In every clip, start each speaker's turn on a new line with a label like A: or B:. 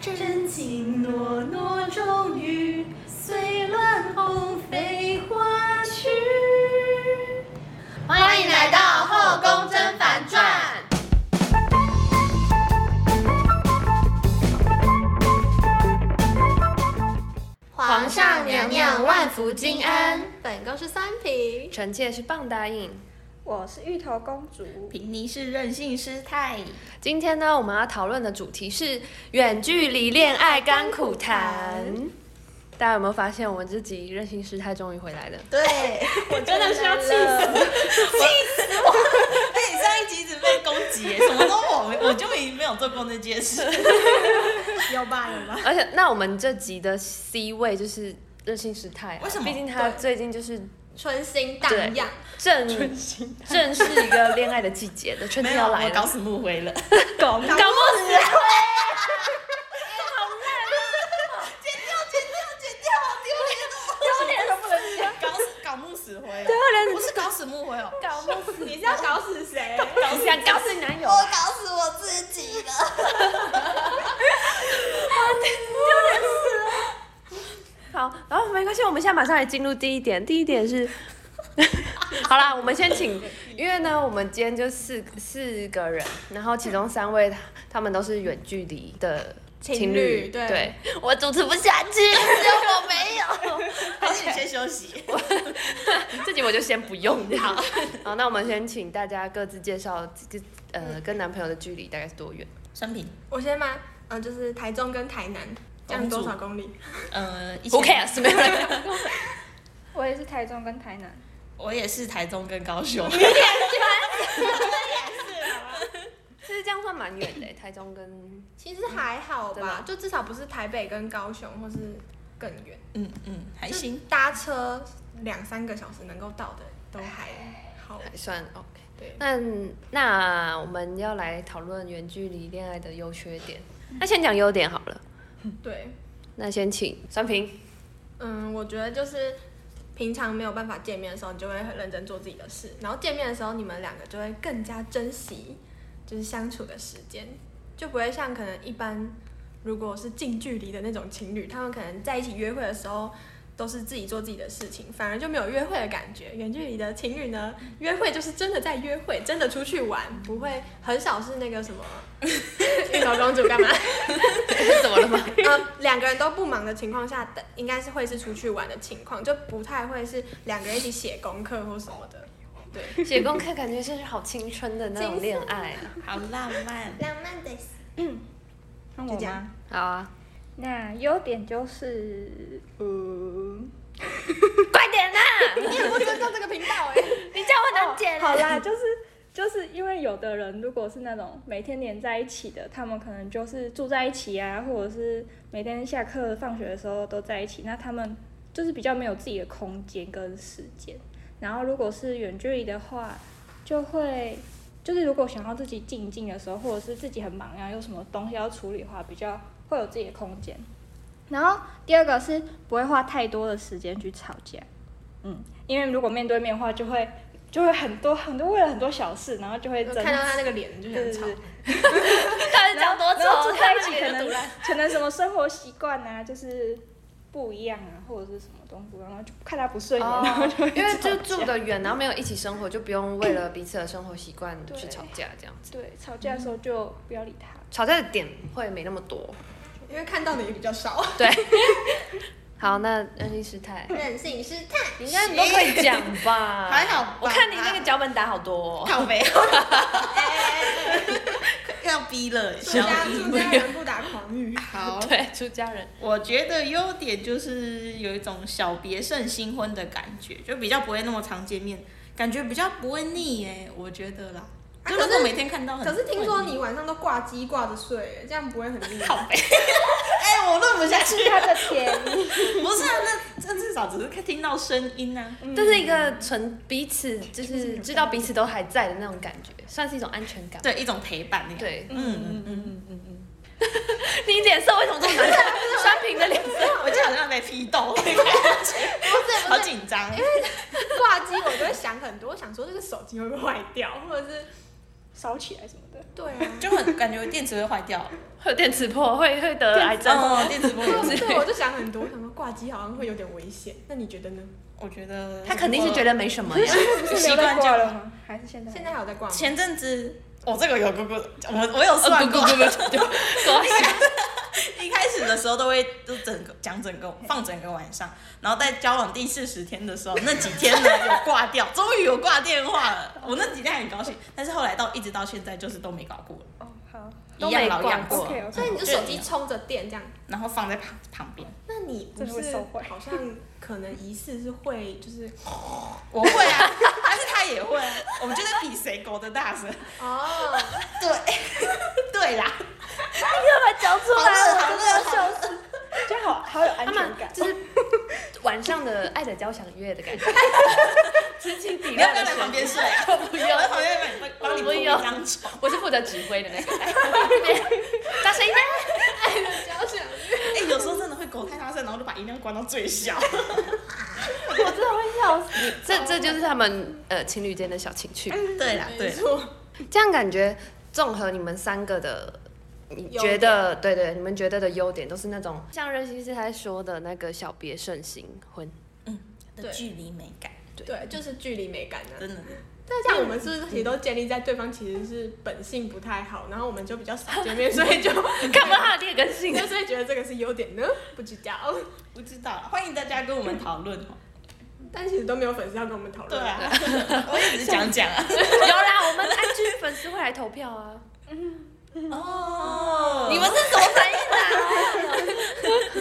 A: 真情诺诺终于随乱红飞花去。
B: 欢迎来到《后宫甄嬛传》。皇上娘娘万福金安。
A: 本宫是三品，
C: 臣妾是棒答应。
D: 我是芋头公主，
E: 平尼是任性失态，
C: 今天呢，我们要讨论的主题是远距离恋爱甘苦谈。大家有没有发现，我们这集任性失态终于回来了？
E: 对，
D: 我真的是要气死。
E: 而且哎上一集一直被攻击耶，什么都我们我就已经没有做过那件事，
D: 有吧有吧？
C: 而且，那我们这集的 C 位就是任性失态、啊，
E: 为什么
C: 毕竟他最近就是
A: 春心荡漾。
C: 正正是一个恋爱的季节的，春
E: 没
C: 天
E: 有
C: 要
E: 我
C: 来
E: 搞
C: 了，
E: 死木灰 了。
C: 搞搞不死。
E: 丢脸都不能讲，搞死搞木死灰哦，不是搞死木灰哦，
D: 搞不死，你是要搞死谁？
C: 你想搞死你男友
B: 我
C: 啊？
B: 搞死我自己了。
C: 好，然后没关系，我们现在马上来进入第一点。第一点是， 好啦，我们先请，因为呢，我们今天就四四个人，然后其中三位他们都是远距离的
A: 情
C: 情
A: 侣对
C: 我主持不下去，
B: 我没有。
E: 还是你先休息。
C: 这集我就先不用这样。好，那我们先请大家各自介绍这个呃跟男朋友的距离大概是多远？
E: 生平，
D: 我先吗？嗯，就是台中跟台南，这样多少公
C: 哦
D: 里？
E: 呃一
C: Who
E: 千
C: cares？没有人。
F: 我也是台中跟台南。
E: 我也是台中跟高雄，
C: 其实这样算蛮远的，台中跟
D: 其实还好
C: 对吧
D: 吧，就至少不是台北跟高雄，或是更远。
E: 嗯嗯，
C: 哎
E: 还
D: 就是
E: 行。
D: 搭车两三个小时能够到的，都还好。
C: 还算哦 OK。
D: 对，
C: 那那我们要来讨论远距离恋爱的优缺点。那先讲优点好了。
D: 对，
C: 那先请三 平。
D: 嗯，我觉得就是平常没有办法见面的时候，你就会很认真做自己的事，然后见面的时候，你们两个就会更加珍惜就是相处的时间，就不会像可能一般如果是近距离的那种情侣，他们可能在一起约会的时候。都是自己做自己的事情，反而就没有约会的感觉。远距离的情侣呢，约会就是真的在约会，真的出去玩，不会很少是那个什么 芋头公主干嘛？
C: 怎么了吗？
D: 呃，两个人都不忙的情况下，但应该是会是出去玩的情况，就不太会是两个人一起写功课或什么的。对，
C: 写功课感觉是好青春的那种恋爱。
E: 好浪漫，
B: 浪漫的
F: 那
D: 就
F: 我
D: 这
F: 吗
D: 样？。
C: 好啊，
F: 那优点就是，呃，
C: 快点啦！
D: 你也不知道这个频道哎、
C: 你这样我能剪。
F: 哦好啦，就是就是因为有的人如果是那种每天黏在一起的，他们可能就是住在一起啊，或者是每天下课放学的时候都在一起，那他们就是比较没有自己的空间跟时间。然后如果是远距离的话，就会就是如果想要自己静一静的时候，或者是自己很忙啊，有什么东西要处理的话，比较会有自己的空间。然后第二个是不会花太多的时间去吵架，嗯，因为如果面对面的话，就会就会很多很多为了很多小事，然后就会
D: 我
F: 争
D: 看到他那个脸就
F: 对
D: 想
F: 对
D: 吵
F: 对，，
C: 到底 讲多
F: 然后
C: 久？
F: 住在一起可能可能什么生活习惯啊，就是不一样啊，或者是什么东西，然后就看他不顺眼，然后
C: 哦
F: 就会，
C: 因为
F: 吵
C: 就
F: 架
C: 住得远，然后没有一起生活，就不用为了彼此的生活习惯去吵架，这样子。
F: 对吵架的时候就不要理他。
C: 吵架的点会没那么多。
D: 因为看到你也比 较少。
C: 好，那任性失态，
B: 任性失态，
C: 你应该都可以讲吧？
E: 还好吧
C: 我看你那个脚本打好多、哦。
E: 靠 背，哎 要逼了，
D: 出
E: 小
D: 家
E: 逼
D: 出家人不打诳语。
E: 好。
C: 对，出家人。
E: 我觉得优点就是有一种小别胜新婚的感觉，就比较不会那么常见面，感觉比较不会腻哎、我觉得啦。
D: 啊
E: 就
D: 可
E: 如
D: 是
E: 果每天看到很，
D: 可是听说你晚上都挂机挂着睡、哎这样不会很腻
E: 靠背，哎、我论不下去，
F: 是他的甜，
E: 不是啊，那这至少只是听到声音啊，
C: 嗯这是一个纯彼此，就是知道彼此都还在的那种感觉，算是一种安全感。
E: 对，一种陪伴那个。，
C: 对，
E: 嗯嗯嗯嗯嗯，
C: 你脸色为什么这么难看？ 刷屏的脸色。
E: 我就好像被批 斗，好紧张。
D: 挂机我就会想很多，想说这个手机会不会坏掉，或者是
F: 烧起来什么的。
D: 对啊，
E: 就很感觉电池会坏掉。
C: 会有电磁波，会会得癌症。
E: 哦， 电磁波也
D: 对，
E: 是。
D: 对我就想很多，想说挂机好像会有点危险，那你觉得呢？
E: 我觉得
C: 他肯定是觉得没什么呀。
F: 不是
E: 习
F: 留在
E: 惯就
F: 挂
E: 好
F: 了吗？还是现在？
D: 现在还有在挂吗？
E: 前阵子呃我、哦、这个有个个，我我有
C: 哦
E: 算过。 一开始的时候都会就整个讲整个放整个晚上，然后在交往第四十天的时候，那几天 呢有挂掉，终于有挂电话了。我那几天很高兴，但是后来到一直到现在就是都没搞过，
F: 哦，好
C: 都
E: 一
C: 没
E: 样
C: 挂
E: 老
C: 过
E: 样子，
F: ，OK
D: 所以
F: OK，
D: 你就手机充着电这样，
E: 然后放在旁旁边。
D: 那你不
F: 真的会
D: 是
F: 受坏
D: 好像可能疑似是会就是
E: 我会 啊，但是他也会啊， 我们就在比谁狗的大声。
D: 哦，
E: 对啦，
F: 讲出来了，
E: 好热
F: 我笑死，就好好有安
C: 他们
F: 全感。
C: 就是晚上的爱的交响乐的感 觉，轻轻抵
E: 你要
C: 赖
E: 不要
C: 的
E: 在旁
C: 声音。
E: 边睡啊？
C: 我不
E: 我在
C: 用，
E: 旁边帮你帮你
C: 我
E: 铺
C: 不
E: 一
C: 用
E: 张床。
C: 我是负责指挥的那 个。来这边大声一点。
D: 交响
E: 哎、有时候真的会狗太大声，然后就把音量关到最小。
C: 我真的会笑死。 这这就是他们呃情侣间的小情趣，
E: 对 啦，对
D: 没
E: 啦。
D: 错，
C: 这样感觉综合你们三个的。你
D: 优
C: 觉得对对，你们觉得的优点都是那种像任心是他说的那个小别胜新婚，
E: 嗯的距离美感，
D: 对，就是距离美感啊。
E: 真的。
D: 但像我们是不是也都建立在对方其实是本性不太好，然后我们就比较少见 面，所以就
C: 看不到他的劣根性啊
D: 就。是觉得这个是优点呢？不知道，
E: 不知道，欢迎大家跟我们讨论哦。
D: 但其实都没有粉丝要跟我们讨
E: 对
D: 论。
E: 啊， 我也只是讲讲啊。
C: 有啦，我们 IG 粉丝会来投票啊。
E: 哦
C: 你们是什么反应啊？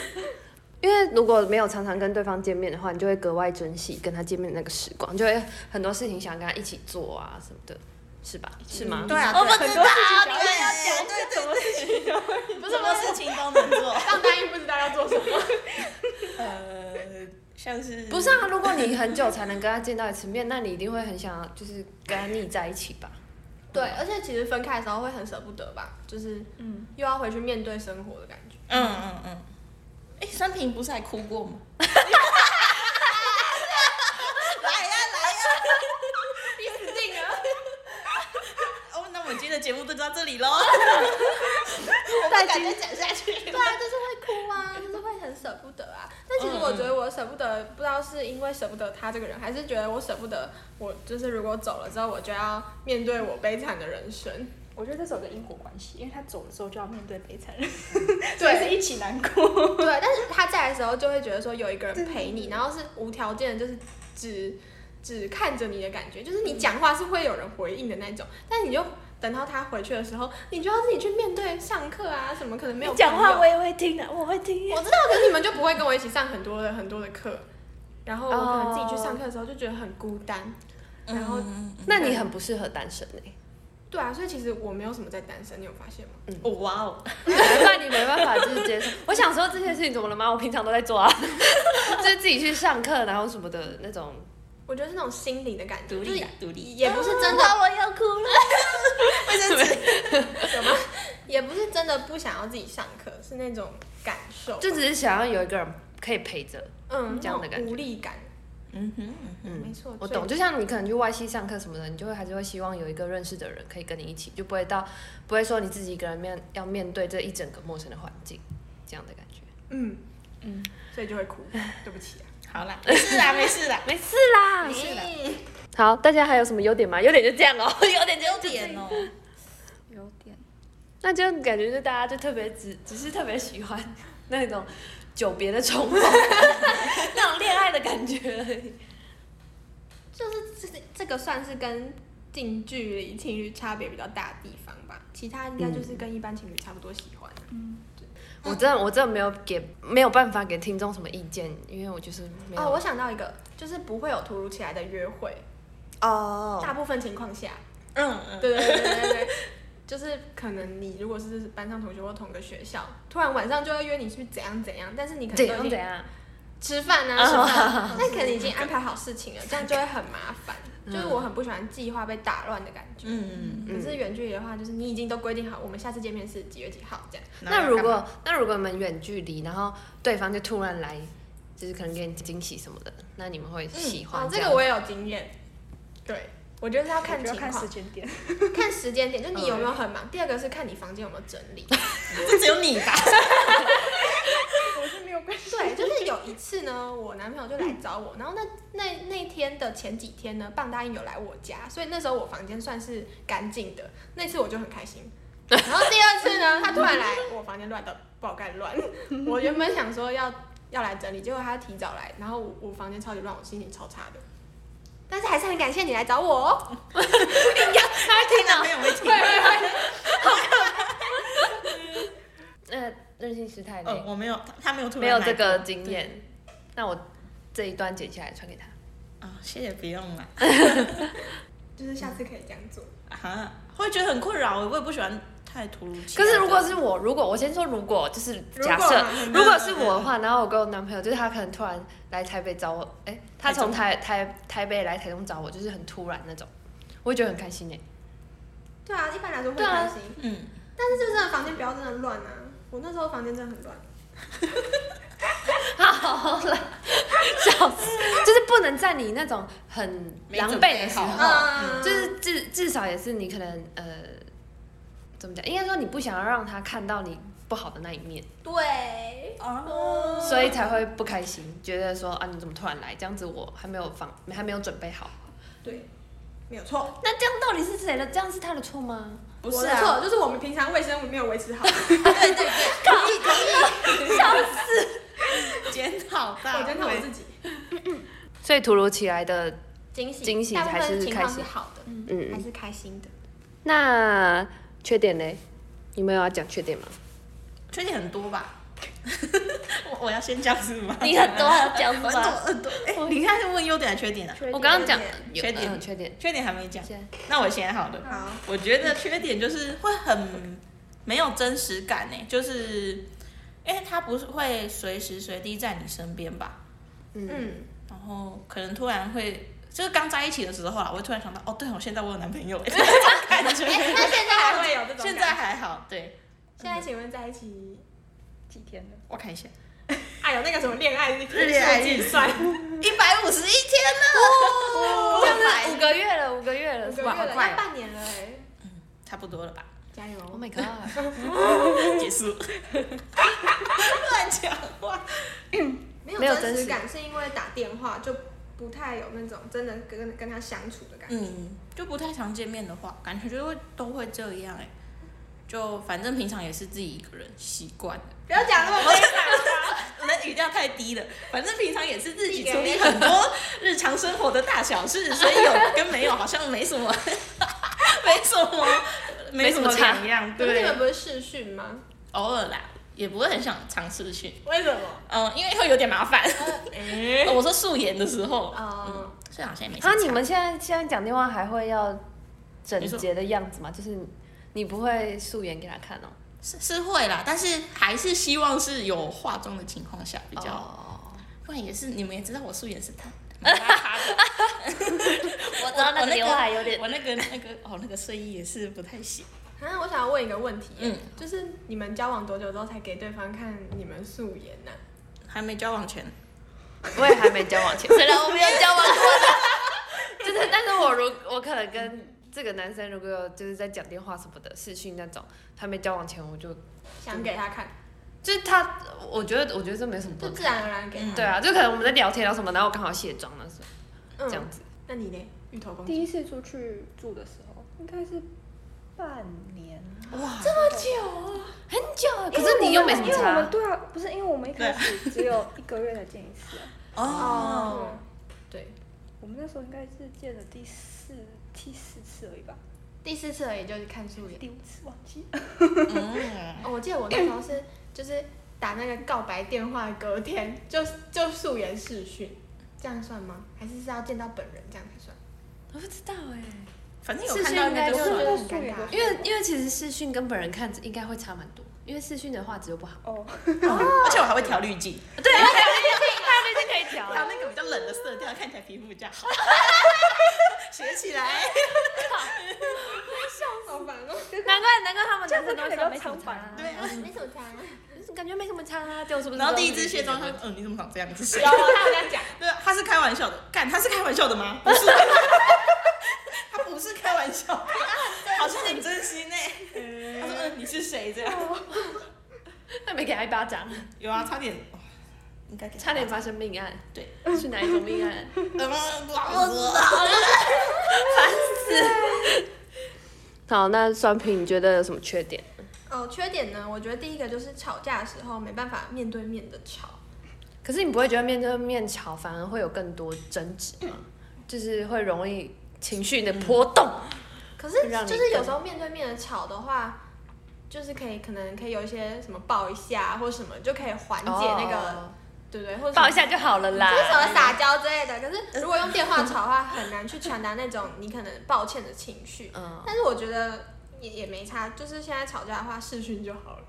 C: 因为如果没有常常跟对方见面的话，你就会格外珍惜跟他见面的那个时光，就会很多事情想跟他一起做啊什么的，是吧？是吗？
E: 对啊，
C: 我不
E: 对
C: 知
E: 啊
C: 道
E: 你们要讲对对对，
D: 不
E: 什么事情都能做。
D: 上大一不知道要做什么，
E: 呃，像是
C: 不是啊，如果你很久才能跟他见到一次面，那你一定会很想要就是跟他腻在一起吧？
D: 对，而且其实分开的时候会很舍不得吧，就是
F: 嗯，
D: 又要回去面对生活的感觉。
E: 嗯嗯嗯。哎，三平不是还哭过 吗？来呀 来呀！
D: 死定 了，
E: 哦，那我们今天的节目就到这里喽。我
C: 大
E: 不
C: 家
E: 敢再讲下去
D: 对。啊，就是会哭啊，就是会很舍不得啊。但其实我觉得我舍不得，不知道是因为舍不得他这个人，还是觉得我舍不得我，就是如果走了之后，我就要面对我悲惨的人生。
F: 我觉得这是有个因果关系，因为他走的时候就要面对悲惨人，所以是一起难过。
D: 对，但是他在的时候就会觉得说有一个人陪你，然后是无条件的，就是只只看着你的感觉，就是你讲话是会有人回应的那种，但你就等到他回去的时候，你就要自己去面对上课啊什么，可能没有朋友
F: 也会听的，我会听
D: 我知道，可是你们就不会跟我一起上很多的很多的课，然
C: 哦
D: 后我可能自己去上课的时候就觉得很孤单，
E: 嗯
C: 嗯
D: 然后
C: 那你很不适合单身 哎、
D: 对啊，所以其实我没有什么在单身，你有发现吗？
E: 哦哇哦，
C: 欸，那你没办法就是接受。我想说这些事情怎么了吗？我平常都在做啊， 就是自己去上课，然后什么的那种。
D: 我觉得是那种心灵的感觉，
E: 独
D: 就是
E: 立啊独立。
D: 也不是 真的，
C: 啊
D: 我要哭 了，卫生纸，什么？也不是真的不想要自己上课，是那种感受，
C: 就只是想要有一个人可以陪着。
D: 嗯
C: 这样的
D: 那种
C: 感觉
D: 无力感，
E: 嗯哼，
D: 没错，
C: 我
D: 所以
C: 懂，就像你可能去外系上课什么的，你就会还是会希望有一个认识的人可以跟你一起，就不会到不会说你自己一个人面要面对这一整个陌生的环境这样的感觉。
D: 嗯嗯，所以就会哭，对不起啊，
E: 好啦，没事啦，没事啦。
C: 没事啦，没事啦。 好，大家还有什么优点吗？优点就这样哦， 优点就
E: 优点 哦，
F: 有点，
C: 那就感觉就大家就特别只只是特别喜欢 那种久别的重逢，那种恋爱的感觉而已。
D: 就是这这个算是跟近距离情侣差别比较大的地方吧，其他应该
C: 嗯
D: 就是跟一般情侣差不多喜欢，
C: 我真的我真的没有给没有办法给听众什么意见，因为我就是没有
D: 哦，我想到一个，就是不会有突如其来的约会，
C: 哦
D: 大部分情况下，
E: 嗯嗯，
D: 对对对对对对，就是可能你如果是班上同学或同个学校，突然晚上就要约你去怎样怎样，但是你可
C: 怎
D: 能都
C: 样哦
D: 已
C: 怎
D: 经
C: 样，
D: 吃饭啊 什么的，但可能已经安排好事情了，这样就会很麻烦。
C: 嗯
D: 就是我很不喜欢计划被打乱的感觉。
E: 嗯，
D: 可是远距离的话，就是你已经都规定好，我们下次见面是几月几号这样。
C: 那如果那如果你们远距离，然后对方就突然来，就是可能给你惊喜什么的，那你们会喜欢
D: 哦，
C: 嗯这
D: 这
C: 样、
D: 个我也有经验。对，我觉得是要看
F: 就
D: 情
F: 要看时
D: 况，
F: 间嗯点。
D: 看时间点，就你有没有很忙。第二个是看你房间有没有整理。
E: 这只有你吧？
F: 我是没有关系。
D: 对，就是有一次呢，我男朋友就来找我，然后那那那天的前几天呢，棒答应有来我家，所以那时候我房间算是干净的。那次我就很开心。然后第二次呢，他突然来，我房间乱的不好看乱。我原本想说要要来整理，结果他提早来，然后我我房间超级乱，我心情超差的。但是还是很感谢你来找我哦。
E: 他听男朋友会听。
C: 那呃任性师太
E: 呃，
C: 那
E: 我没有，他没有突然
C: 嗯没有
E: 来
C: 这
E: 过
C: 个经验，那我这一段剪下来传给他。
E: 啊，谢谢，不用啦。
D: 就是下次可以这样做。
E: 啊，会觉得很困扰，我也不喜欢太突如其来的。
C: 可是如果是我，如果我先说如果就是假
D: 如果
C: 设
D: 嘛，
C: 如果嗯是我的话，然后我跟我男朋友，就是他可能突然来台北找我，哎、他从台台台北来台中找我，就是很突然那种，我会觉得很开心哎、
D: 对啊，一般来说会
C: 对啊
D: 开心，
E: 嗯，
D: 但是就真的房间不要真的乱啊。我那时候房间真的很乱。
C: 好了，笑死，就是不能在你那种很狼
E: 没准
C: 狈的时
E: 备
C: 候，
D: 嗯，
C: 就是至至少也是你可能呃，怎么讲？应该说你不想要让他看到你不好的那一面，
D: 对，嗯
E: 哦，
C: 所以才会不开心，觉得说啊你怎么突然来？这样子我还没有防，还没有准备好。
D: 对，没有错。
C: 那这样到底是谁的？这样是他的错吗？
E: 不
D: 我
E: 是
D: 的
E: 啊，
D: 错，就是啊我们平常卫生没有维持好，
E: 检讨大
D: 我检讨我
E: 会。
D: 自己。
C: 所以突如其来的，
D: 惊喜，
C: 惊喜
D: 大部分
C: 还是
D: 情况
C: 开心
D: 是好的，
C: 嗯
D: 还，是开心的。
C: 那缺点嘞？你们有要讲缺点吗？
E: 缺点很多吧？ 我我要先讲是吗？
B: 你很多还要讲什
E: 很多
B: 么？
E: 很多。哎，你看是问优点还是缺点啊？
C: 我刚刚讲有
E: 缺点
C: 嗯缺点，
E: 缺点还没讲
C: 先，
E: 那我先好了。
D: 好，
E: 我觉得缺点就是会很没有真实感呢、就是因为他不是会随时随地在你身边吧，
C: 嗯，
D: 嗯，
E: 然后可能突然会。就是刚在一起的时候啊，我会突然想到，哦，对，我现在我有男 朋友欸，感觉
D: 哎那现在还会有这种？
E: 现在，还好，对，
D: 现在请问在一起，
F: 几天了？
E: 我看一下，
D: 哎有那个什么恋爱日
E: 恋爱日
D: 计算，哦
E: 一百五十一天了，
C: 这样子五个月了，五个月了，
D: 五个
C: 是
D: 月
C: 吧？好
D: 了，
C: 快
D: 要
C: 哦
D: 半年了哎，
E: 差不多了吧，哦
D: 加油！
C: ！Oh my god！
E: 结束，乱讲话，
D: 没
C: 没有
D: 有
C: 真
D: 真实
C: 实
D: 感是因为打电话就不太有那种真的跟跟他相处的感觉。
E: 嗯，就不太常见面的话，感觉就会都会这样哎、就反正平常也是自己一个人习惯了。
D: 不要讲那么悲惨好不好，
E: 我的语调太低了，反正平常也是自己处理很多日常生活的大小 事，所以有跟没有好像没什么， 没什么，没什么两样。
D: 可是你
E: 对
D: 们，不是视讯吗？
E: 偶尔啦，也不会很想尝试去，
D: 为什么？
E: 嗯，因为会有点麻 烦。 哦
D: 哎，
E: 我说素颜的时候，
D: 哦，
E: 所以好像也没什么
C: 啊
E: 差。，
C: 你们现在现在讲电话还会要整
E: 你说
C: 洁的样子吗？就是你不会素颜给他看哦。
E: 是是会啦，但是还是希望是有化妆的情况下比较好。
C: 哦，
E: 不然也是你们也知道我素颜是太蛮邋遢的。
B: 我知道 那个刘海有点
E: 我那个那个哦，那个睡衣也是不太行。
D: 啊，我想要问一个问题，
E: 嗯
D: 就是你们交往多久之后才给对方看你们素颜呢、
E: 还没交往前，
C: 我也还没交往前，
B: 虽然我没有交往过，
C: 就是，但是我如我可能跟这个男生如果有就是在讲电话什么的视讯那种，还没交往前我就
D: 想给他看，
C: 就是他，我觉得我觉得这没什么不
D: 就
C: 能
D: 自
C: 看
D: 然而然给他。
C: 对啊，就可能我们在聊天聊什么，然后我刚好卸妆那时候
D: 嗯
C: 这样子，
D: 那你呢？芋头公主
F: 第一次出去住的时候，应该是半年。
C: 很久啊，可是你又没什么
F: 因为我们
C: 差，
F: 对啊，不是因为我们一开始只有一个月才见一次啊、
D: 哦，对，
F: 我们那时候应该是见了第四、第四次而已吧，
D: 第四次而已，就是看素颜。
F: 第五次忘记。
E: 嗯，
D: 哦，我记得我那时候是就是打那个告白电话，隔天 就就素颜视讯，这样算吗？还是是要见到本人这样才算？
C: 我不知道哎，
E: 反正有看到应该
C: 哎
E: 就
D: 我觉
E: 算。
D: 得
F: 我
D: 很
F: 是
D: 尴
F: 觉得
D: 尬
F: 素。
C: 因为因为其实视讯跟本人看应该会差蛮多，因为视讯的画质又 不好，
F: 哦，
E: 而且我还会调滤镜，
C: 对，还有滤镜可以调
E: 调那啊个比较冷的色调，看起来皮肤比较好。学起来，
D: 好烦哦，
C: 难怪难怪他们男生都会说没什么差啊，
E: 对啊。
D: 没什么差。
C: 感觉没什么差啊，对我是不是？
E: 然后第一次卸妆，他说：“嗯，你怎么长这样子
D: 有？”他有在讲，
E: 对，他是开玩笑的，干，他是开玩笑的吗？不是，他玩笑，好像很真心呢。他说：“嗯，你是谁？”这样
C: 那没给他一巴掌，
E: 有啊，差点，哦应该给他
C: 差点发生命案。
E: 对，
C: 是哪一种命案？
E: 嗯，我操！
C: 好，那双平你觉得有什么缺点？
D: 哦，缺点呢，我觉得第一个就是吵架的时候没办法面对面的吵，
C: 可是你不会觉得面对面吵反而会有更多争执吗？就是会容易情绪的波动。
D: 可
C: 会
D: 是
C: 让你
D: 就是有
C: 更
D: 时候面对面的吵的话，就是可以可能可以有一些什么抱一下或什么，就可以缓解那个，
C: 哦
D: 对不对？或者什么
C: 抱一下就好了啦
D: 就是。什么撒娇之类的。可是如果用电话吵的话，很难去传达那种你可能抱歉的情绪。
C: 嗯，
D: 但是我觉得也也没差，就是现在吵架的话，视讯就好了。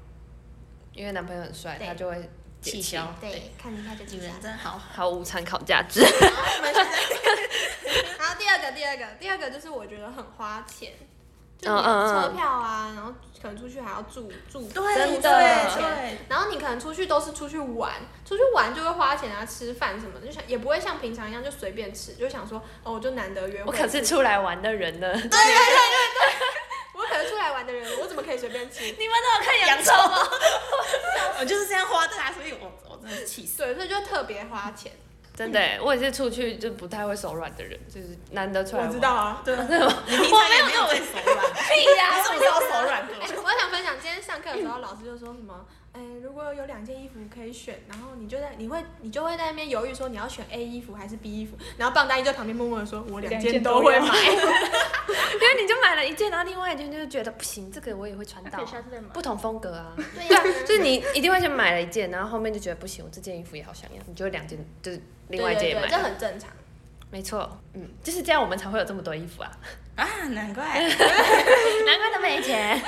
C: 因为男朋友很帅，
B: 对
C: 他就会
E: 气
C: 解气
E: 消，
B: 对，
D: 看一下就
E: 女人真好。
C: 毫无参考价 值。
D: 然后第二个，第二个，第二个就是我觉得很花钱，就
C: 嗯
D: 你
C: 嗯嗯
D: 车票啊，然后可能出去还要住住
E: 对
C: 真
E: 对
C: 的
E: 对，
D: 然后你可能出去都是出去玩，出去玩就会花钱啊，吃饭什么的，就想也不会像平常一样就随便吃，就想说哦，我就难得约会，
C: 我可是出来玩的人呢。
D: 我可是出来玩的人，我怎么可以随 便吃？
E: 你们都有看洋葱吗？ 我就是这样花的啦，所以我我真的是气死。
D: 对，所以就特别花 钱。
C: 真的欸，我也是出去就不太会手软的人，就是难得出来玩。
D: 啊，
E: 对，你平常也没有这手软，
C: 屁
E: 你
C: 呀！
E: 是不是有手软过
D: 哎、？我想分享，今天上课的时候，老师就说什 么，哎、如果有两件衣服可以选，然后你就在你会你就会在那边犹豫说你要选 A 衣服还是 B 衣服，然后棒大一就旁边默默的说，我两件都会买。
C: 因为你就买了一件，然后另外一件就觉得不行，这个我也会穿到
F: 可以
C: 啊，
F: 下次再买。
C: 不同风格啊。
B: 对
C: 对
B: 呀
C: 啊，就是你一定会先买了一件，然后后面就觉得不行，我这件衣服也好想要，你就两件，就是另外一件也
D: 对对
C: 买
D: 对，这很正 常。
C: 没错，嗯，就是这样，我们才会有这么多衣服啊，
E: 啊，难怪。
C: 难怪都没钱。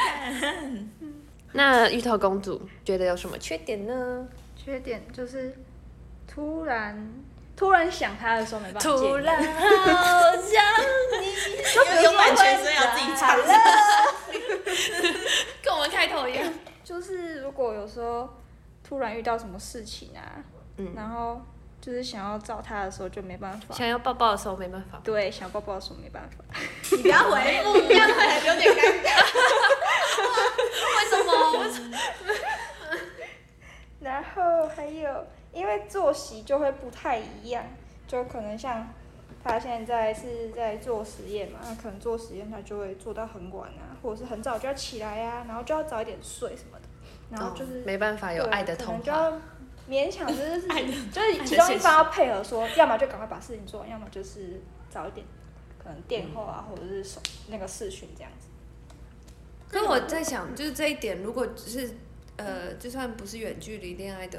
C: 那芋头公主觉得有什么缺点呢？
F: 缺点就是突然突然想他的时候没办法接
C: 突然
B: 好想你，
E: 有有版权，所以要自己唱。
C: 跟我们开头一样，
F: 就是如果有时候突然遇到什么事情啊，
C: 嗯
F: 然后就是想要找他的时候就没办法，
C: 想要抱抱的时候没办法，
F: 对，想抱抱的时候没办法，
D: 你不要回复，这样很有点尴尬。
C: 为什么？
F: 然后还有因为作息就会不太一样，就可能像。他现在是在做实验嘛，那可能做实验他就会做到很晚啊，或者是很早就要起来啊，然后就要早一点睡什么的，然后就是、
C: 哦没办法有
F: 对
C: 爱的童
F: 可
C: 话，
F: 能就要勉强就是就是其中一方要配合说，要么就赶快把事情做完，要么就是早一点，可能电话啊、或者是手那个视讯这样子。
C: 可是我在想，就是这一点，如果只是呃，就算不是远距离恋爱的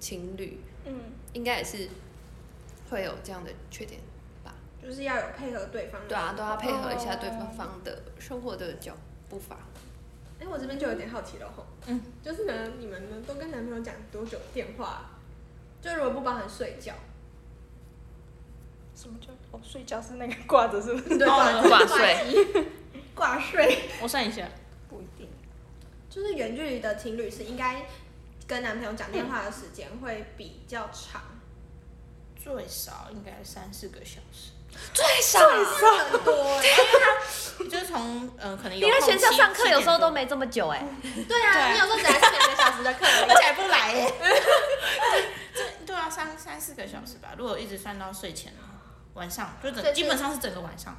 C: 情侣，
F: 嗯，
C: 应该也是会有这样的缺点。
D: 就是要有配合对方的。
C: 对啊，都要配合一下对方的生活的脚步伐。
D: 哎、我这边就有点好奇了吼，
E: 嗯，
D: 就是呢，你们呢都跟男朋友讲多久电话？就如果不包含睡觉，
F: 什么叫哦？睡觉是那个挂着是不是？
D: 对吧？
C: 哦挂
D: 睡， 挂睡，
E: 我算一下，
F: 不一定，
D: 就是远距离的情侣是应该跟男朋友讲电话的时间会比较长，
E: 最少应该三四个小时，
C: 最少，
D: 很多、 欸。
E: 就是从呃可能有
C: 你在
E: 空
C: 学校
E: 七
C: 上课有时候都
E: 七点
C: 没这么久哎、
D: 对啊，你有时候只来上两个小时的课而已，
E: 多，而且还不来耶。 对对啊，三三四个小时吧，如果一直算到睡前啊，晚上就
D: 所以
E: 整
D: 是
E: 基本上是整个晚上。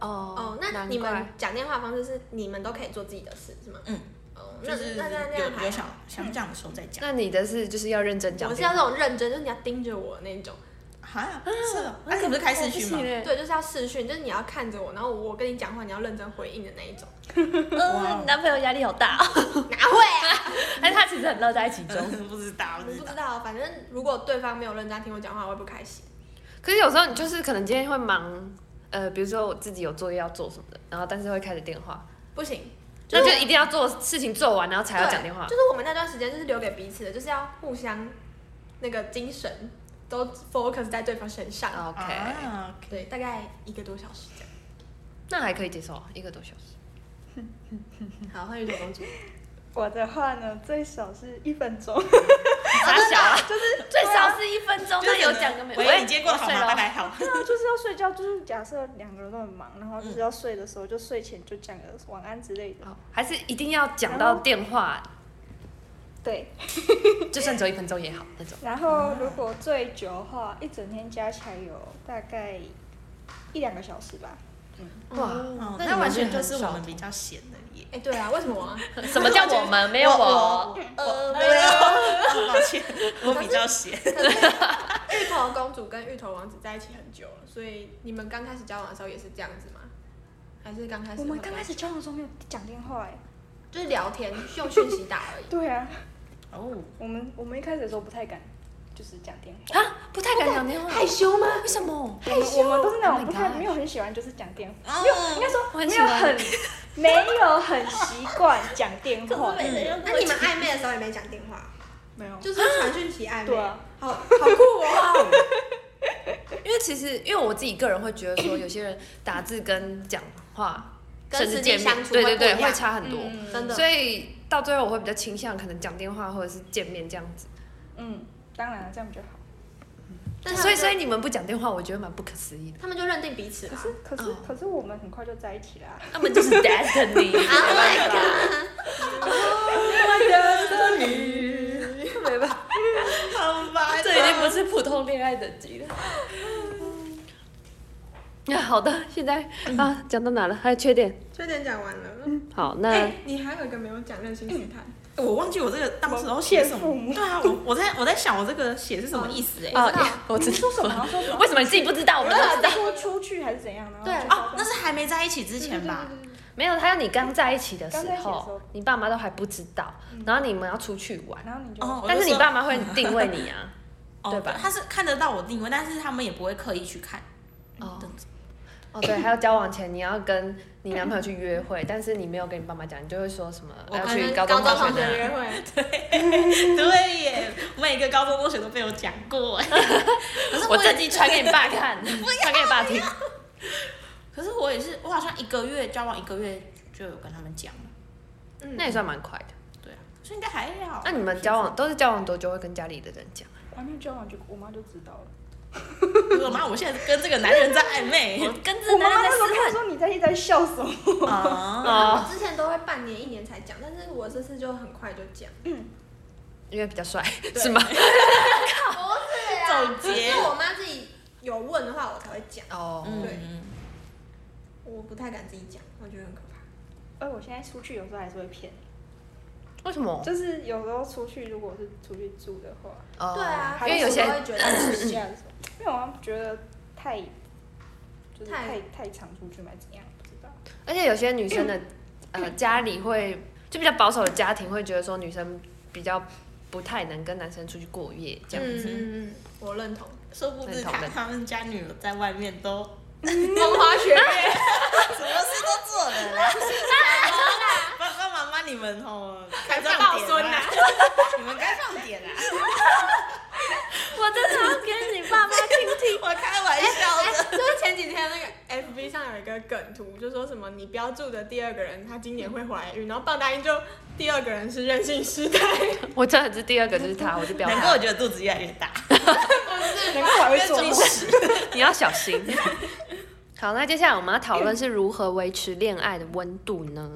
C: 哦
D: 哦，那你们讲电话的方式是你们都可以做自己的事是吗？
E: 嗯，
D: 哦，那
E: 就是
D: 那那那样
E: 有有
D: 还
E: 想
D: 好。
E: 想讲的时候再讲。
C: 那你的是就是要认真讲
D: 我
C: 电话，
D: 是要那种认真，就是你要盯着我那种。
C: 嗯
E: 啊，是哦，那你不是开视讯吗？
D: 对，就是要视讯，就是你要看着我，然后我跟你讲话，你要认真回应的那一 种。
E: 哇
B: 嗯，你男朋友压力好大哦，
D: 哪会啊？
C: 但是他其实很乐在 其中。
E: 嗯不知道，
D: 我
E: 不知
D: 不
E: 道
C: 啊
D: 知。道，反正如果对方没有认真听我讲话，我会不开心。
C: 可是有时候你就是可能今天会忙，呃，比如说我自己有作业要做什么的，然后但是会开着电话，
D: 不行，
C: 那就一定要做事情做完，然后才要
D: 对
C: 讲电话
D: 就。是我们那段时间就是留给彼此的，就是要互相那个精神都 focus 在对方身上。
C: OK，、
E: 啊
D: 对，大概一个多小时这样。
C: 哦那还可以接受，一个多小时。
D: 好，换玉朵公主。
F: 我的话呢，最少是一分钟。
C: 傻小啊，就是 最少是一分钟，啊那
D: 啊
C: 有讲个没？
E: 喂，你今天过得好
C: 我
E: 吗？
C: 睡了
E: 拜拜，好。
F: 对啊，就是要睡觉，就是假设两个人都很忙，然后就是要睡的时候，就睡前就讲个晚安之类的。
C: 好还是一定要讲到电话，
F: 对，
C: 就算只有一分钟也好 那种。
F: 然后如果最久的话，一整天加起来有大概一两个小时吧。
C: 哇，
E: 哦
C: 那你
E: 那
C: 们
E: 完全
C: 是很
E: 就是我
C: 少
E: 们比较闲的耶。
D: 哎，对啊，为什么啊？
C: 什么叫我 们？没有我，
E: 呃，没 有，抱歉，我比较 闲。
D: 芋头公主跟芋头王子在一起很久了，所以你们刚开始交往的时候也是这样子吗？还是刚开始
F: 我
D: 会
F: 们
D: 比较
F: 刚开始交往的时候没有讲电话哎、
D: 就是聊天，用讯息打而已。
F: 对啊，
E: 哦，
F: 我们我们一开始的时候不太敢，就是讲电话。
C: 啊，不太敢讲电话，害羞吗？为什么？
F: 我们我们都是那
C: Oh my
F: 种不太
C: gosh
F: 没有很喜欢，就是讲电话，应
E: 哦，
F: 该说
C: 我
F: 没
C: 很喜
F: 有
C: 欢
F: 很没有很习惯讲电话，
D: 那你们暧昧的时候也没讲电话，
F: 没有。
D: 就是传讯息暧昧，
F: 对啊
D: 好好酷哦。
C: 因为其实，因为我自己个人会觉得说，有些人打字跟讲话，
D: 跟
C: 甚至
D: 实际
C: 见面
D: 相，处
C: 对对
D: 会不
C: 对，
D: 一样嗯
C: 会差很多。
D: 真的，
C: 所以到最后，我会比较倾向可能讲电话或者是见面这样子。
F: 嗯，当然了，这样比较好。
D: 但
C: 所以，所以
D: 以
C: 你们不讲电话，我觉得蛮不可思议的。
D: 他们就认定彼此了
F: 可。是哦可是、可是我们很快就在一起啦、
C: 他们就是 destiny，
D: Oh my god！
E: 好吧，
C: 这已经不是普通恋爱等级了。那、 好的，现在啊，讲到哪了？还有缺点。
D: 缺点讲完了，
C: 好，
D: 哎、
C: 那
D: 你还有一个没有讲任性试探，
C: 嗯
E: 我忘记我这个当时候写什
F: 蒙骗父
E: 么。
F: 母
E: 对啊，我我在我在想我这个写是什么意思哎。
C: 啊
D: 知道，
C: 我知道
F: 说什么啊说什么啊
C: 为什么你自己不知道？我们都知道。
F: 说出去还是怎样呢？
D: 对
F: 然后就
E: 哦，那是还没在一起之前吧？
C: 没有，他要你刚在一起的时
F: 刚在一起的时
C: 候
F: 候，
C: 你爸妈都还不知道，然后你们要出去玩，
F: 然后你就、
E: 哦，我就
C: 但是你
E: 说
C: 爸妈会定位 你啊。
E: 哦
C: 对吧
E: 他是看得到我定位，但是他们也不会刻意去看。
C: 哦
E: 这样子
C: 哦，对，还有交往前你要跟你男朋友去约会，但是你没有跟你爸妈讲，你就会说什么
E: 我
C: 要
E: 跟
C: 去
D: 跟
C: 高中
D: 中
C: 同
D: 同
C: 学
D: 学
C: 那
D: 约会，
E: 对耶，每个高中同学都被我讲过哎。可是
C: 我
E: 也
C: 这集传给你爸 看，传给你爸听。
E: 可是我也是，我好像一个月交往一个月就有跟他们讲了，
D: 嗯
C: 那也算蛮快的。
E: 对啊，所以应该还好。
C: 那你们交往都是交往多久会跟家里的人讲？
F: 还没啊交往就我妈就知道了。
E: 我妈，我现在跟这个男人在暧昧
C: 跟
F: 我妈妈那时候看说你在一直在笑什 么？
E: 啊，
C: 哦，
D: 我之前都会半年一年才讲，但是我这次就很快就讲。
C: 因为比较帅是吗？
D: 对
E: 总结
D: 是我妈自己有问的话，我才会讲。
C: 哦，
D: 对
E: 嗯，
D: 我不太敢自己讲，我觉得很可怕。
F: 哎，我现在出去有时候还是会骗，
C: 为什么？
F: 就是有时候出去如果是出去住的 话，
C: 哦
D: 对啊，
C: 因为有些
D: 还是我都会觉得
F: 这样子，因为我好像啊觉得太就是
D: 太
F: 太太常出去嘛，怎样不知道。
C: 而且有些女生的呃家里会就比较保守的家庭会觉得说女生比较不太能跟男生出去过夜这样。
D: 嗯
E: 子
D: 嗯嗯，我认 同。
E: 殊不知他他们家女儿在外面都
D: 风 花雪月，
E: 什么事都做了 啦。爸爸妈妈，你们吼该放
D: 抱
E: 点
D: 孙
E: 啦
D: 啊，
E: 你们该放点啦。
C: 我真的要给你爸妈听听。
E: 我开玩 笑的，
D: 哎就是前几天那个 FB 上有一个梗图，就说什么你标注的第二个人他今年会怀孕，然后棒答应就第二个人是任性时代，
C: 我真的是第二个就是他，我就不要
E: 难怪我
C: 他。
E: 觉得肚子越来越大，
F: 难怪我还 会做
E: 越
F: 梦。
E: 实。
C: 你要小心。好，那接下来我们要讨论是如何维持恋爱的温度呢？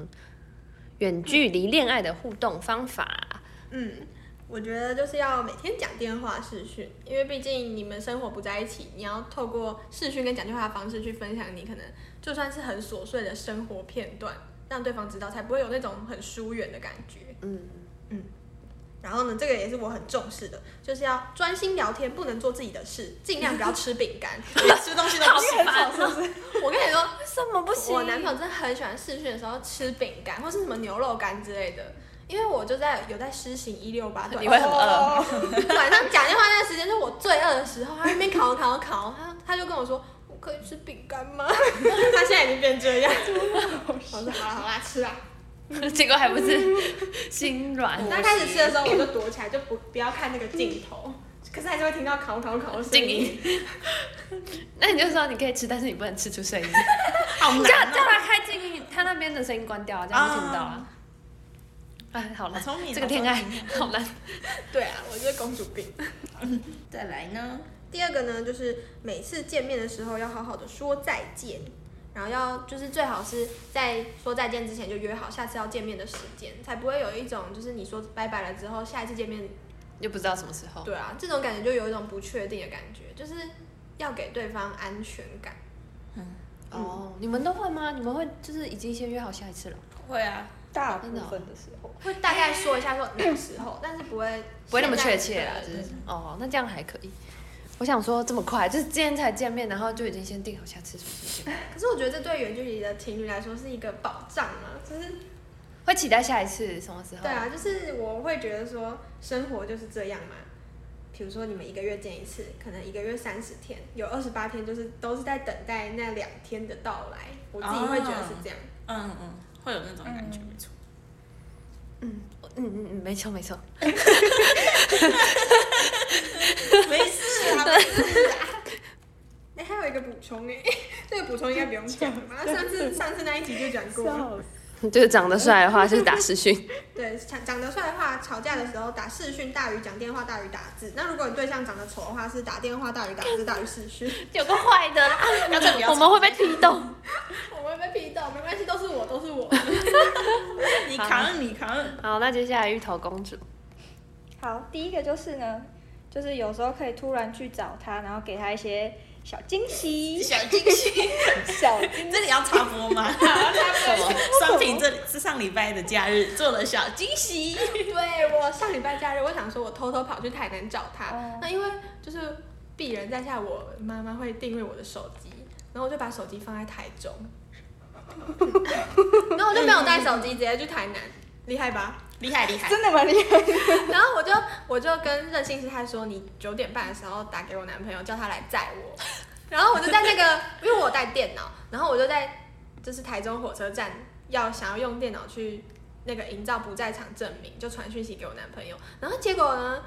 C: 远距离恋爱的互动方法，
D: 嗯，我觉得就是要每天讲电话视讯，因为毕竟你们生活不在一起，你要透过视讯跟讲电话的方式去分享你可能就算是很琐碎的生活片段，让对方知道，才不会有那种很疏远的感觉。
C: 嗯，
D: 然后呢，这个也是我很重视的，就是要专心聊天，不能做自己的事，尽量不要吃饼干。
E: 吃东西都不行。
D: 我跟你说，
C: 为什么不
D: 我男朋友真的很喜欢试训的时候吃饼干或是什么牛肉干之类的，因为我就在有在施行一六八短
C: 你会很饿。
F: 哦，
D: 晚上讲电话那个时间是我最饿的时候，他在那边烤烤烤，他他就跟我说。我可以吃饼干吗？ 他现在已经变这样，我说好啦好啦，吃啊！
C: 结果还不是心软。
D: 刚开始吃的时候我就躲起来，就不不要看那个镜头， 可是还是会听到烤烤烤的声
C: 静
D: 音
C: 音。 那你就说你可以吃，但是你不能吃出 声音。
E: 好
C: 叫
E: 难哦嗯
C: 叫他开静音，他那边的声音关掉啊，这样就听不到了。哎，好
E: 好
C: 难，
E: 聪明，
C: 这个
E: 好聪
C: 恋爱
E: 明
C: 啊好难。
D: 对啊，我就是公主病。
E: 再来呢？
D: 第二个呢，就是每次见面的时候要好好的说再见，然后要就是最好是在说再见之前就约好下次要见面的时间，才不会有一种就是你说拜拜了之后，下一次见面，
C: 又不知道什么时候。
D: 对啊，这种感觉就有一种不确定的感觉，就是要给对方安全感。
C: 哦，你们都会吗？你们会就是已经先约好下一次了，
E: 会啊，
F: 大部
C: 真的哦
F: 分的时候，
D: 会大概说一下说那个时 候，但是不会
C: 不会那么
D: 现在
C: 确切啦，就
D: 对
C: 是哦，那这样还可以。我想说这么快，就是今天才见面，然后就已经先定好下次什么时间，
D: 可是我觉得这对远距离的情侣来说是一个保障啊，就是
C: 会期待下一次什么时候？
D: 对啊，就是我会觉得说生活就是这样嘛。比如说你们一个月见一次，可能一个月三十天，有二十八天就是都是在等待那两天的到来。我自己会觉得是这样。
E: 嗯嗯，会有那种感觉，
F: 嗯
E: 没错。
C: 嗯嗯嗯，没错没错。
E: 没事 啊，没事
D: 哎、还有一个补充哎、 这个补充应该不用讲了 吧？上次上次那一集就讲过了。
F: 笑死
C: 就是长得帅的话，就是打视讯。
D: 对，长长得帅的话，吵架的时候打视讯大于讲电话大于打字。那如果你对象长得丑的话，是打电话大于打字大于视讯。
C: 有个坏的啦，
E: 要再不要
C: 我们会被踢到。
D: 我会被批斗，没关系，都是我，都是我。
E: 你扛，你扛。
C: 好，那接下来芋头公主，
F: 好，第一个就是呢，就是有时候可以突然去找他，然后给他一些小惊 喜，
E: 小惊喜，
F: 小惊
E: 这里要插播 吗？
C: 什么？
E: 商品这里是上礼拜的假日做了小惊喜，
D: 对我上礼拜假日，我想说我偷偷跑去台南找他。
F: 哦
D: 那因为就是鄙人在下，我妈妈会定位我的手机，然后我就把手机放在台中， 然后我就没有带手机，直接去台南，厉害吧？
E: 厉害厉害。
F: 真的蛮厉害的。
D: 然后我就我就跟任性师太说，你九点半的时候打给我男朋友，叫他来载我。 然后我就在那个，因为我有带电脑，然后我就在就是台中火车站要想要用电脑去那个营造不在场证明，就传讯息给我男朋友。然后结果呢，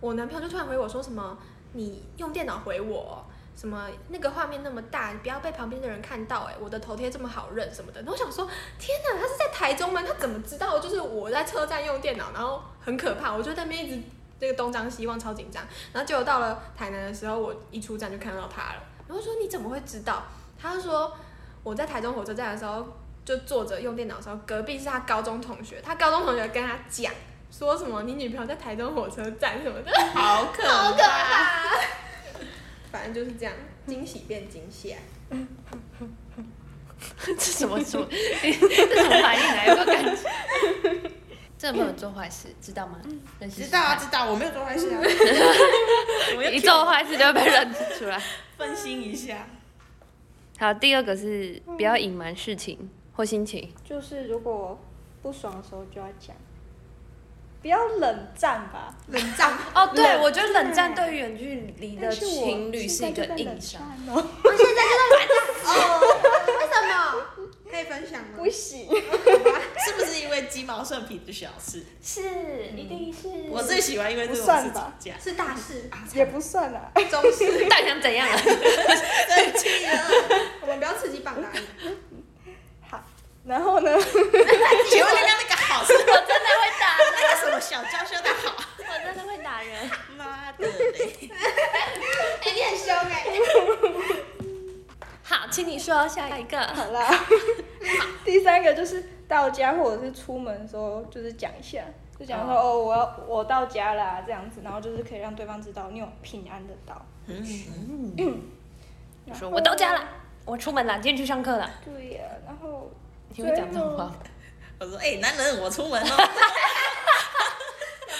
D: 我男朋友就突然回我说什么，你用电脑回我哦。什么那个画面那么大，你不要被旁边的人看到、哎，我的头贴这么好认什么的。然后我想说，天哪，他是在台中吗？他怎么知道？就是我在车站用电脑，然后很可怕，我就在那边一直那个东张西望，超紧张。然后结果到了台南的时候，我一出站就看到他了，然后说你怎么会知道？他就说我在台中火车站的时 候就坐着用电脑的时候，隔壁是他高中同学，他高中同学跟他讲说什么你女朋友在台中火车站什么的，
E: 好可
D: 好可
E: 怕！
D: 怕。反正就是这样，惊喜啊变惊吓。
C: 这什么什么？ 这什么反应来？有个感觉。 真的不能做坏事，知道吗？任
E: 知
C: 性师
E: 道啊，
C: 太
E: 知道，我没有做坏事 啊。我要
C: 一做坏事就会被认出来。
E: 分心一下，
C: 好，第二个是不要隐瞒事情或心情。
F: 就是如果不爽的时候就要讲，不要冷战吧。
D: 冷战，
C: 哦，对，
F: 冷
C: 我觉得冷战对于远距离的
F: 但是我
C: 情侣是一
F: 现在
C: 个
F: 就在冷
C: 硬伤。
F: 战哦，
D: 哦为什么？可以分享吗？
F: 不行，
E: 是不是因为鸡毛蒜皮的小事？
F: 是一定是，
E: 我最喜欢因为这种
F: 不算
E: 事吵
F: 吧
E: 架，
D: 是大事，
F: 也不算啦。
D: 啊中事。
C: 到底想怎样啊？
E: 生气了。
D: 我们不要刺激 哎棒打你。
F: 好，然后呢，
E: 请问刚刚那个好是？我真的会打那个什么小娇羞的好，
B: 我真的会打人。
E: 妈的嘞！
D: 哎、你很凶哎、
C: 好，请你说下一个。
F: 好啦， 第三个就是到家或者是出门的时候，就是讲一下，就讲说哦，我要我到家啦、这样子，然后就是可以让对方知道你有平安的到。然
C: 嗯说
F: 后
C: 我到家了，我出门了，今天去上课了。
F: 对呀、然后
C: 你会讲这种话吗？
E: 我说，哎，男人，我出门了。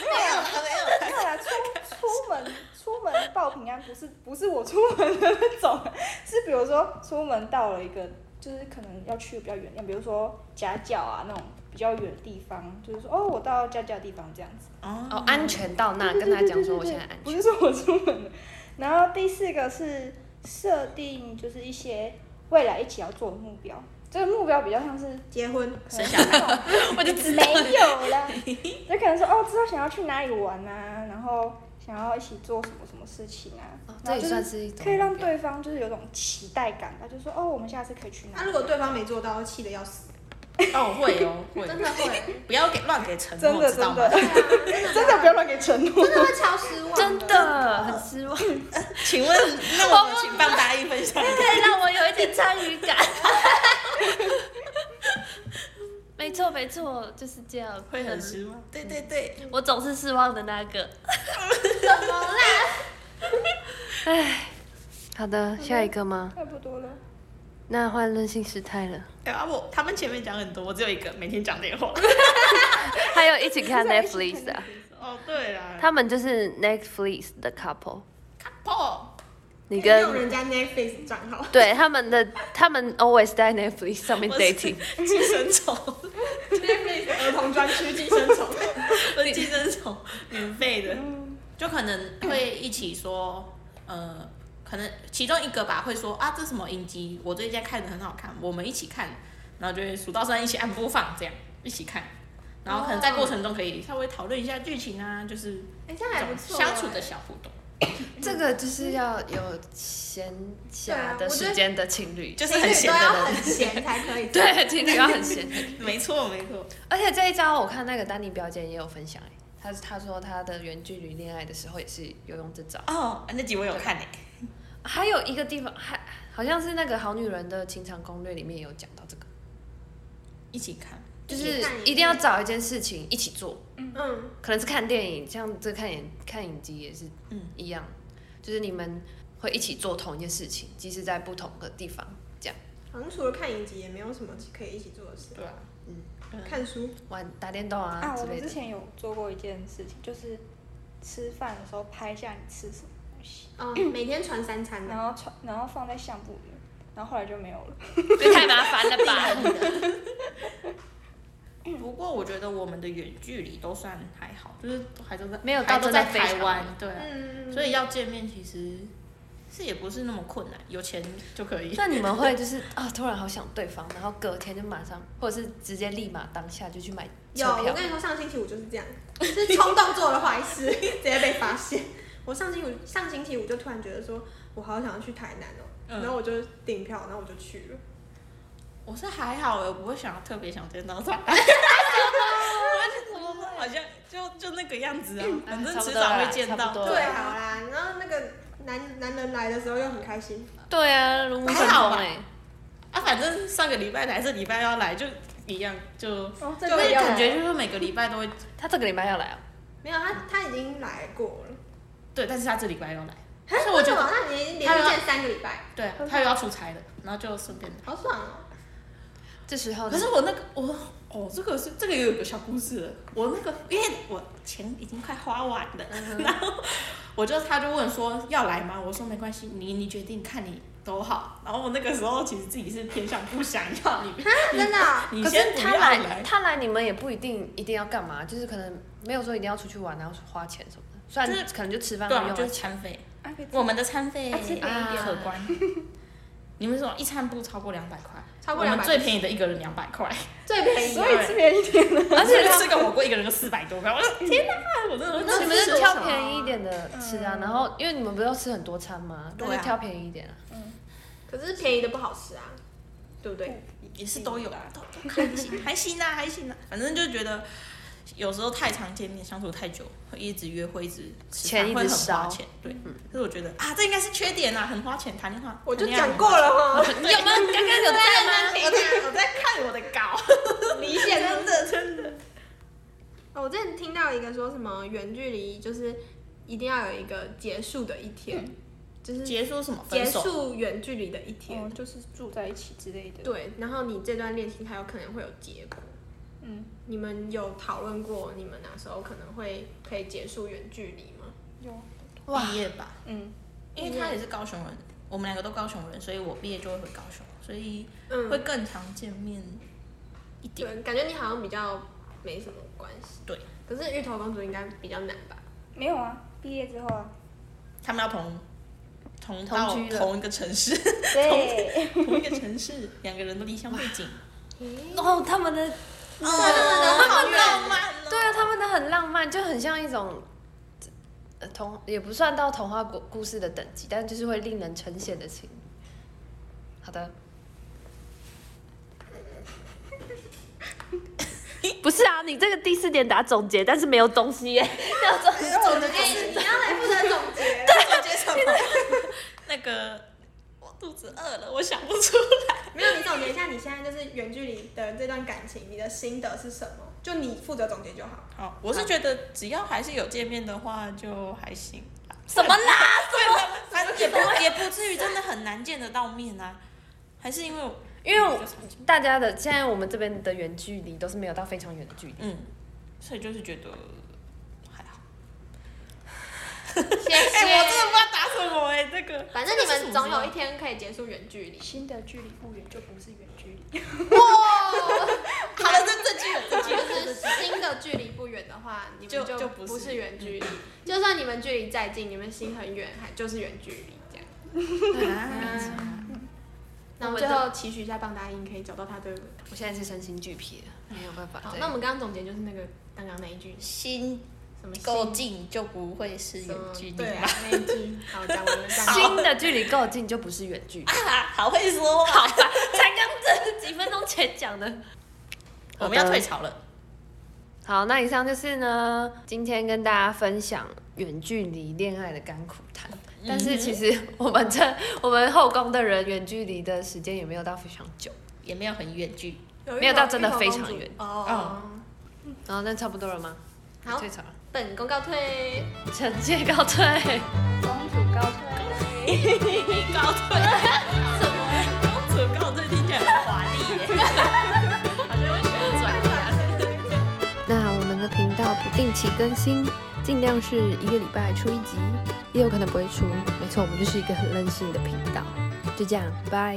E: 没有了，没有了。
F: 没有啊啦，出出门出门报平安不是不是我出门的那种，是比如说出门到了一个就是可能要去比较远的地方，比如说家教啊那种比较远的地方，就是说哦我到家教的地方这样子。
C: 哦，安全到那，跟他讲说我现在安
F: 不
C: 全。
F: 是说我出门了。然后第四个是设定，就是一些未来一起要做的目标。这个目标比较像是
D: 结婚，
F: 生小孩，
C: 我就知
F: 没有啦， 就可能说哦，之后想要去哪里玩啊，然后想要一起做什么什么事情啊，
C: 哦这
F: 然后
C: 也
F: 就
C: 算是一种
F: 可以让对方就是有种期待感吧，就说哦，我们下次可以去哪
C: 啊
D: 那、
F: 里
D: 如果对方没做到，气得要死。
E: 哦，会哦，会，
B: 真的会，
E: 不要给乱给承
G: 真
E: 诺，
G: 的
E: 知道
G: 真
E: 吗？
D: 啊
G: 的真的不要乱给承 诺。
B: 真的会超失望。
C: 真的很失望，可
E: 请问，那我们请帮大一分享一下。
C: 以让我有一点参与感。 没错，没错，就是这样。
E: 会很失 望，对对对，
C: 我总是失望的那个。
B: 怎么啦？
C: 好的，下一个吗？
F: 差不多了。
C: 那换任性失态了，
E: 哎啊我他们前面讲很多，我只有一个每天讲电话。
C: 还有一起 看 Netflix 啊，
E: 哦，对啦，
C: 他们就是 Netflix 的 couple。
D: 哦
E: 破
C: 哎你
D: 用
C: 跟
D: 哎人家 Netflix 账号，
C: 对他们的，他们 always 在 Netflix 上面 dating。
E: 寄生虫，
D: 儿童专区寄生虫，
E: 不是寄生虫，免费的，就可能会一起说，呃，可能其中一个吧会说啊，这什么影集，我最近在看的很好看，我们一起看，然后就会数到三一起按播放，这样一起看，然后可能在过程中可以稍微讨论一下剧情啊，就是
D: 哎，这样
E: 这
D: 还
E: 种
D: 不错，
E: 相处的小互动。
C: 这个就是要有闲暇的时间的情侣，。
E: 就是
D: 情
E: 很
D: 侣
E: 闲
D: 都
E: 的
D: 要
E: 人，
D: 很闲才可以
C: 对情侣要很闲。
E: 没错没错。
C: 而且这一招，我看那个丹妮表姐也有分享、欸，她她说她的远距离恋爱的时候也是有用这招。
E: 哦，那集我有看诶、
C: 还有一个地方，还好像是那个《好女人的情场攻略》里面有讲到这个，
E: 一起看。
C: 就是
D: 一起看
C: 一定要找一件事情一起做，
D: 嗯，
C: 可能是看电影，像这看影看影集也是
E: 嗯
C: 一样，就是你们会一起做同一件事情，即使在不同的地方。
D: 好像除了看影集，也没有什么可以一起做的事。
E: 对啊，
C: 嗯
D: 看书，
C: 玩打电动啊
F: 啊，
C: 之
F: 我
C: 类
F: 们之
C: 的，
F: 前有做过一件事情，就是吃饭的时候拍下你吃什么东西，
D: 啊，每天传三
C: 嗯
D: 餐啊
F: 然
D: 的，
F: 后传，然后放在相簿里面，然后后来就没有了。
C: 这太麻烦了吧？
E: 不过我觉得我们的远距离都算还好，就是都还都在
C: 没有到
E: 还都
C: 真的
E: 在台
C: 非常
E: 湾，对啊、
D: 嗯，
E: 所以要见面其实是也不是那么困难，有钱就可以。
C: 那你们会就是啊、突然好想对方，然后隔天就马上，或者是直接立马当下就去买
D: 有，
C: 车
D: 我
C: 票
D: 跟？你说，上星期五就是这样，是冲动做了坏 事，直接被发现。我上星期五上星期五就突然觉得说，我好想要去台南哦、
E: 嗯
D: 然后我就订票，然后我就去了。
E: 我是还好诶、我不会想要特别想 见到他。我好像就就那个样子啊，反正
C: 嗯差不
E: 迟
C: 多
E: 早
C: 啦
E: 会见
C: 差
E: 到
C: 不。多
D: 对，啊好啦，然后那个男男人来的时候又很开心，
C: 对啊，如沐
E: 还
C: 春
E: 好
C: 风
E: 吧
C: 哎、
E: 啊，反正上个礼拜来，这礼拜要来就一样，就
F: 哦，
E: 就
F: 这
E: 会
F: 个要
E: 感觉就是每个礼拜都会
C: 他这个礼拜要来哦、
D: 没有他他已经来过了。
E: 对，但是他这礼拜要来，
D: 哎
E: 所以我觉
D: 为什
E: 得
D: 么那你已经连续见三个礼拜，
E: 对
C: 啊
E: 他又要出差了，然后就顺便来。
D: 好爽哦、
C: 这时候
E: 可是我那个我哦，这个是这个也有一个小故事了。我那个因为我钱已经快花完了， 然后我就他就问说要来吗？我说没关系，你你决定看你都好。然后我那个时候其实自己是偏向不想要你，
D: 真的 啊、
E: 你
C: 可
E: 先
C: 是
E: 不
C: 他
E: 要
C: 来，他来你们也不一定一定要干嘛，就是可能没有说一定要出去玩，然后花钱什么的，虽
E: 就是
C: 然可能就吃饭
E: 对
C: 用
E: 啊，
C: 啊
E: 就是餐费，
F: 啊可以
C: 嗯
F: 吃
E: 我们的餐费
F: 啊吃便宜一点
E: 可观。你们说一餐不超过两百块，
D: 超过
E: 我
D: 两
E: 们
D: 百，
E: 最便宜的一个人两百块。
D: 最便宜
F: 所以吃便宜一点 了。
C: 啊
E: 而且 吃个火锅一个人就四百多块，我说天哪，我真的
C: 那你们
D: 吃
C: 就
D: 多
C: 挑
D: 少啊
C: 便宜一点的吃啊，
F: 嗯
C: 然后因为你们不是要吃很多餐吗？那
E: 对
C: 就
E: 啊
C: 挑便宜一点啊。
D: 可是便宜的不好吃啊，对不对？
E: 也是都有啊，都都还行，还行啊，还行啊，反正就觉得有时候太常见面，相处太久，会一直约会，一直吃
C: 钱
E: 饭
C: 一
E: 会
C: 直
E: 很花
C: 烧
E: 钱，对，所以我觉得啊，这应该是缺点啊，很花钱，谈恋爱，
D: 我就
E: 谈恋爱
D: 讲过了哦哈，
E: 很花钱，有吗？刚刚有在吗？我
D: 啊
E: 在我在看我的稿，
D: 离线真的真的。哦，我之前听到一个说什么远距离就是一定要有一个结束的一天，就是
E: 嗯结束什么？
D: 结
E: 分手？
D: 束远距离的一天。
F: 哦，就是住在一起之类的。，
D: 对，然后你这段恋情它有可能会有结果。
F: 嗯，
D: 你们有讨论过你们哪时候可能会可以结束远距离吗？
F: 有，
E: 毕业吧，
F: 嗯，
E: 因为他也是高雄人，我们两个都高雄人，所以我毕业就会回高雄，所以会
D: 嗯，
E: 更常见面一点。
D: 对，感觉你好像比较没什么关系。
E: 对，
D: 可是芋头公主应该比较难吧？
F: 没有啊，毕业之后啊，
E: 他们要同同到
C: 同居了
E: 同一个城市，
F: 对，
E: 同一个城市，两个人的离乡背景，
C: 哦，他们的
E: 哦，好浪漫哦。
C: 对啊，他们的很浪漫，就很像一种。呃童也不算到童话故故事的等级，但就是会令人称羡的 情。好的，不是啊，你这个第四点打总结，但是没有东西耶。
E: 总结就是
D: 你要来负责总结。
E: 总结什么？那个我肚子饿了，我想不出来。
D: 没有，你总结一下你现在就是远距离的这段感情，你的心得是什么？就你负责总结就好。
E: 好，我是觉得只要还是有见面的话，就还行。
B: 什么啦？
E: 对，反正也不也不至于真的很难见得到面啊。还是因为我
C: 因为我大家的现在我们这边的远距离都是没有到非常远的距离。
E: 嗯，所以就是觉得还好。
B: 谢谢。
E: 哎、我真的不知道打什么哎、这个
B: 反正你们总有一天。
D: 天可以结束远距 离，
G: 新的距离不远就不是远距离，
E: 好了，这这句有这句。
D: 就是新的距离不远的话，你们
E: 就
D: 就
E: 就不是
D: 不是嗯远距离。就算你们距离再近，你们心很远，还就是远距离这样。
C: 嗯
D: 那我们最后期许一下棒答应可以找到他的。
C: 我现在是身心俱疲，没有办法
D: 好，
C: 再。
D: 那我们刚刚总结就是那个刚刚那一句
E: 心
D: 什么
E: 够近就不会是
D: 什
E: 远
D: 么
E: 距离
D: 对啊
E: 吧？，
D: 那一句 好讲完了，讲完了
C: 新的距离够近就不是远 距离。
E: 啊，好会说话。
C: 才刚这几分钟前讲的。
E: 我们要退潮了。
C: 好，那以上就是呢，今天跟大家分享远距离恋爱的甘苦谈。但是其实我们这我们后宫的人远距离的时间也没有到非常久，
E: 也没有很远距，
D: 一
C: 没有到
D: 口
C: 真的
D: 一口
C: 非
D: 公
C: 常
D: 主
C: 远
D: 哦。
C: 然后那差不多了吗？
D: 好
C: 退，场了，
D: 本公告退。
C: 惩戒告退。
F: 公主高退。
E: 告退， 什么公主告退听起来很华丽耶，好像会旋转一样。
H: 那我们的频道不定期更新，尽量是一个礼拜出一集，也有可能不会出。没错，我们就是一个很任性的频道。就这样，拜。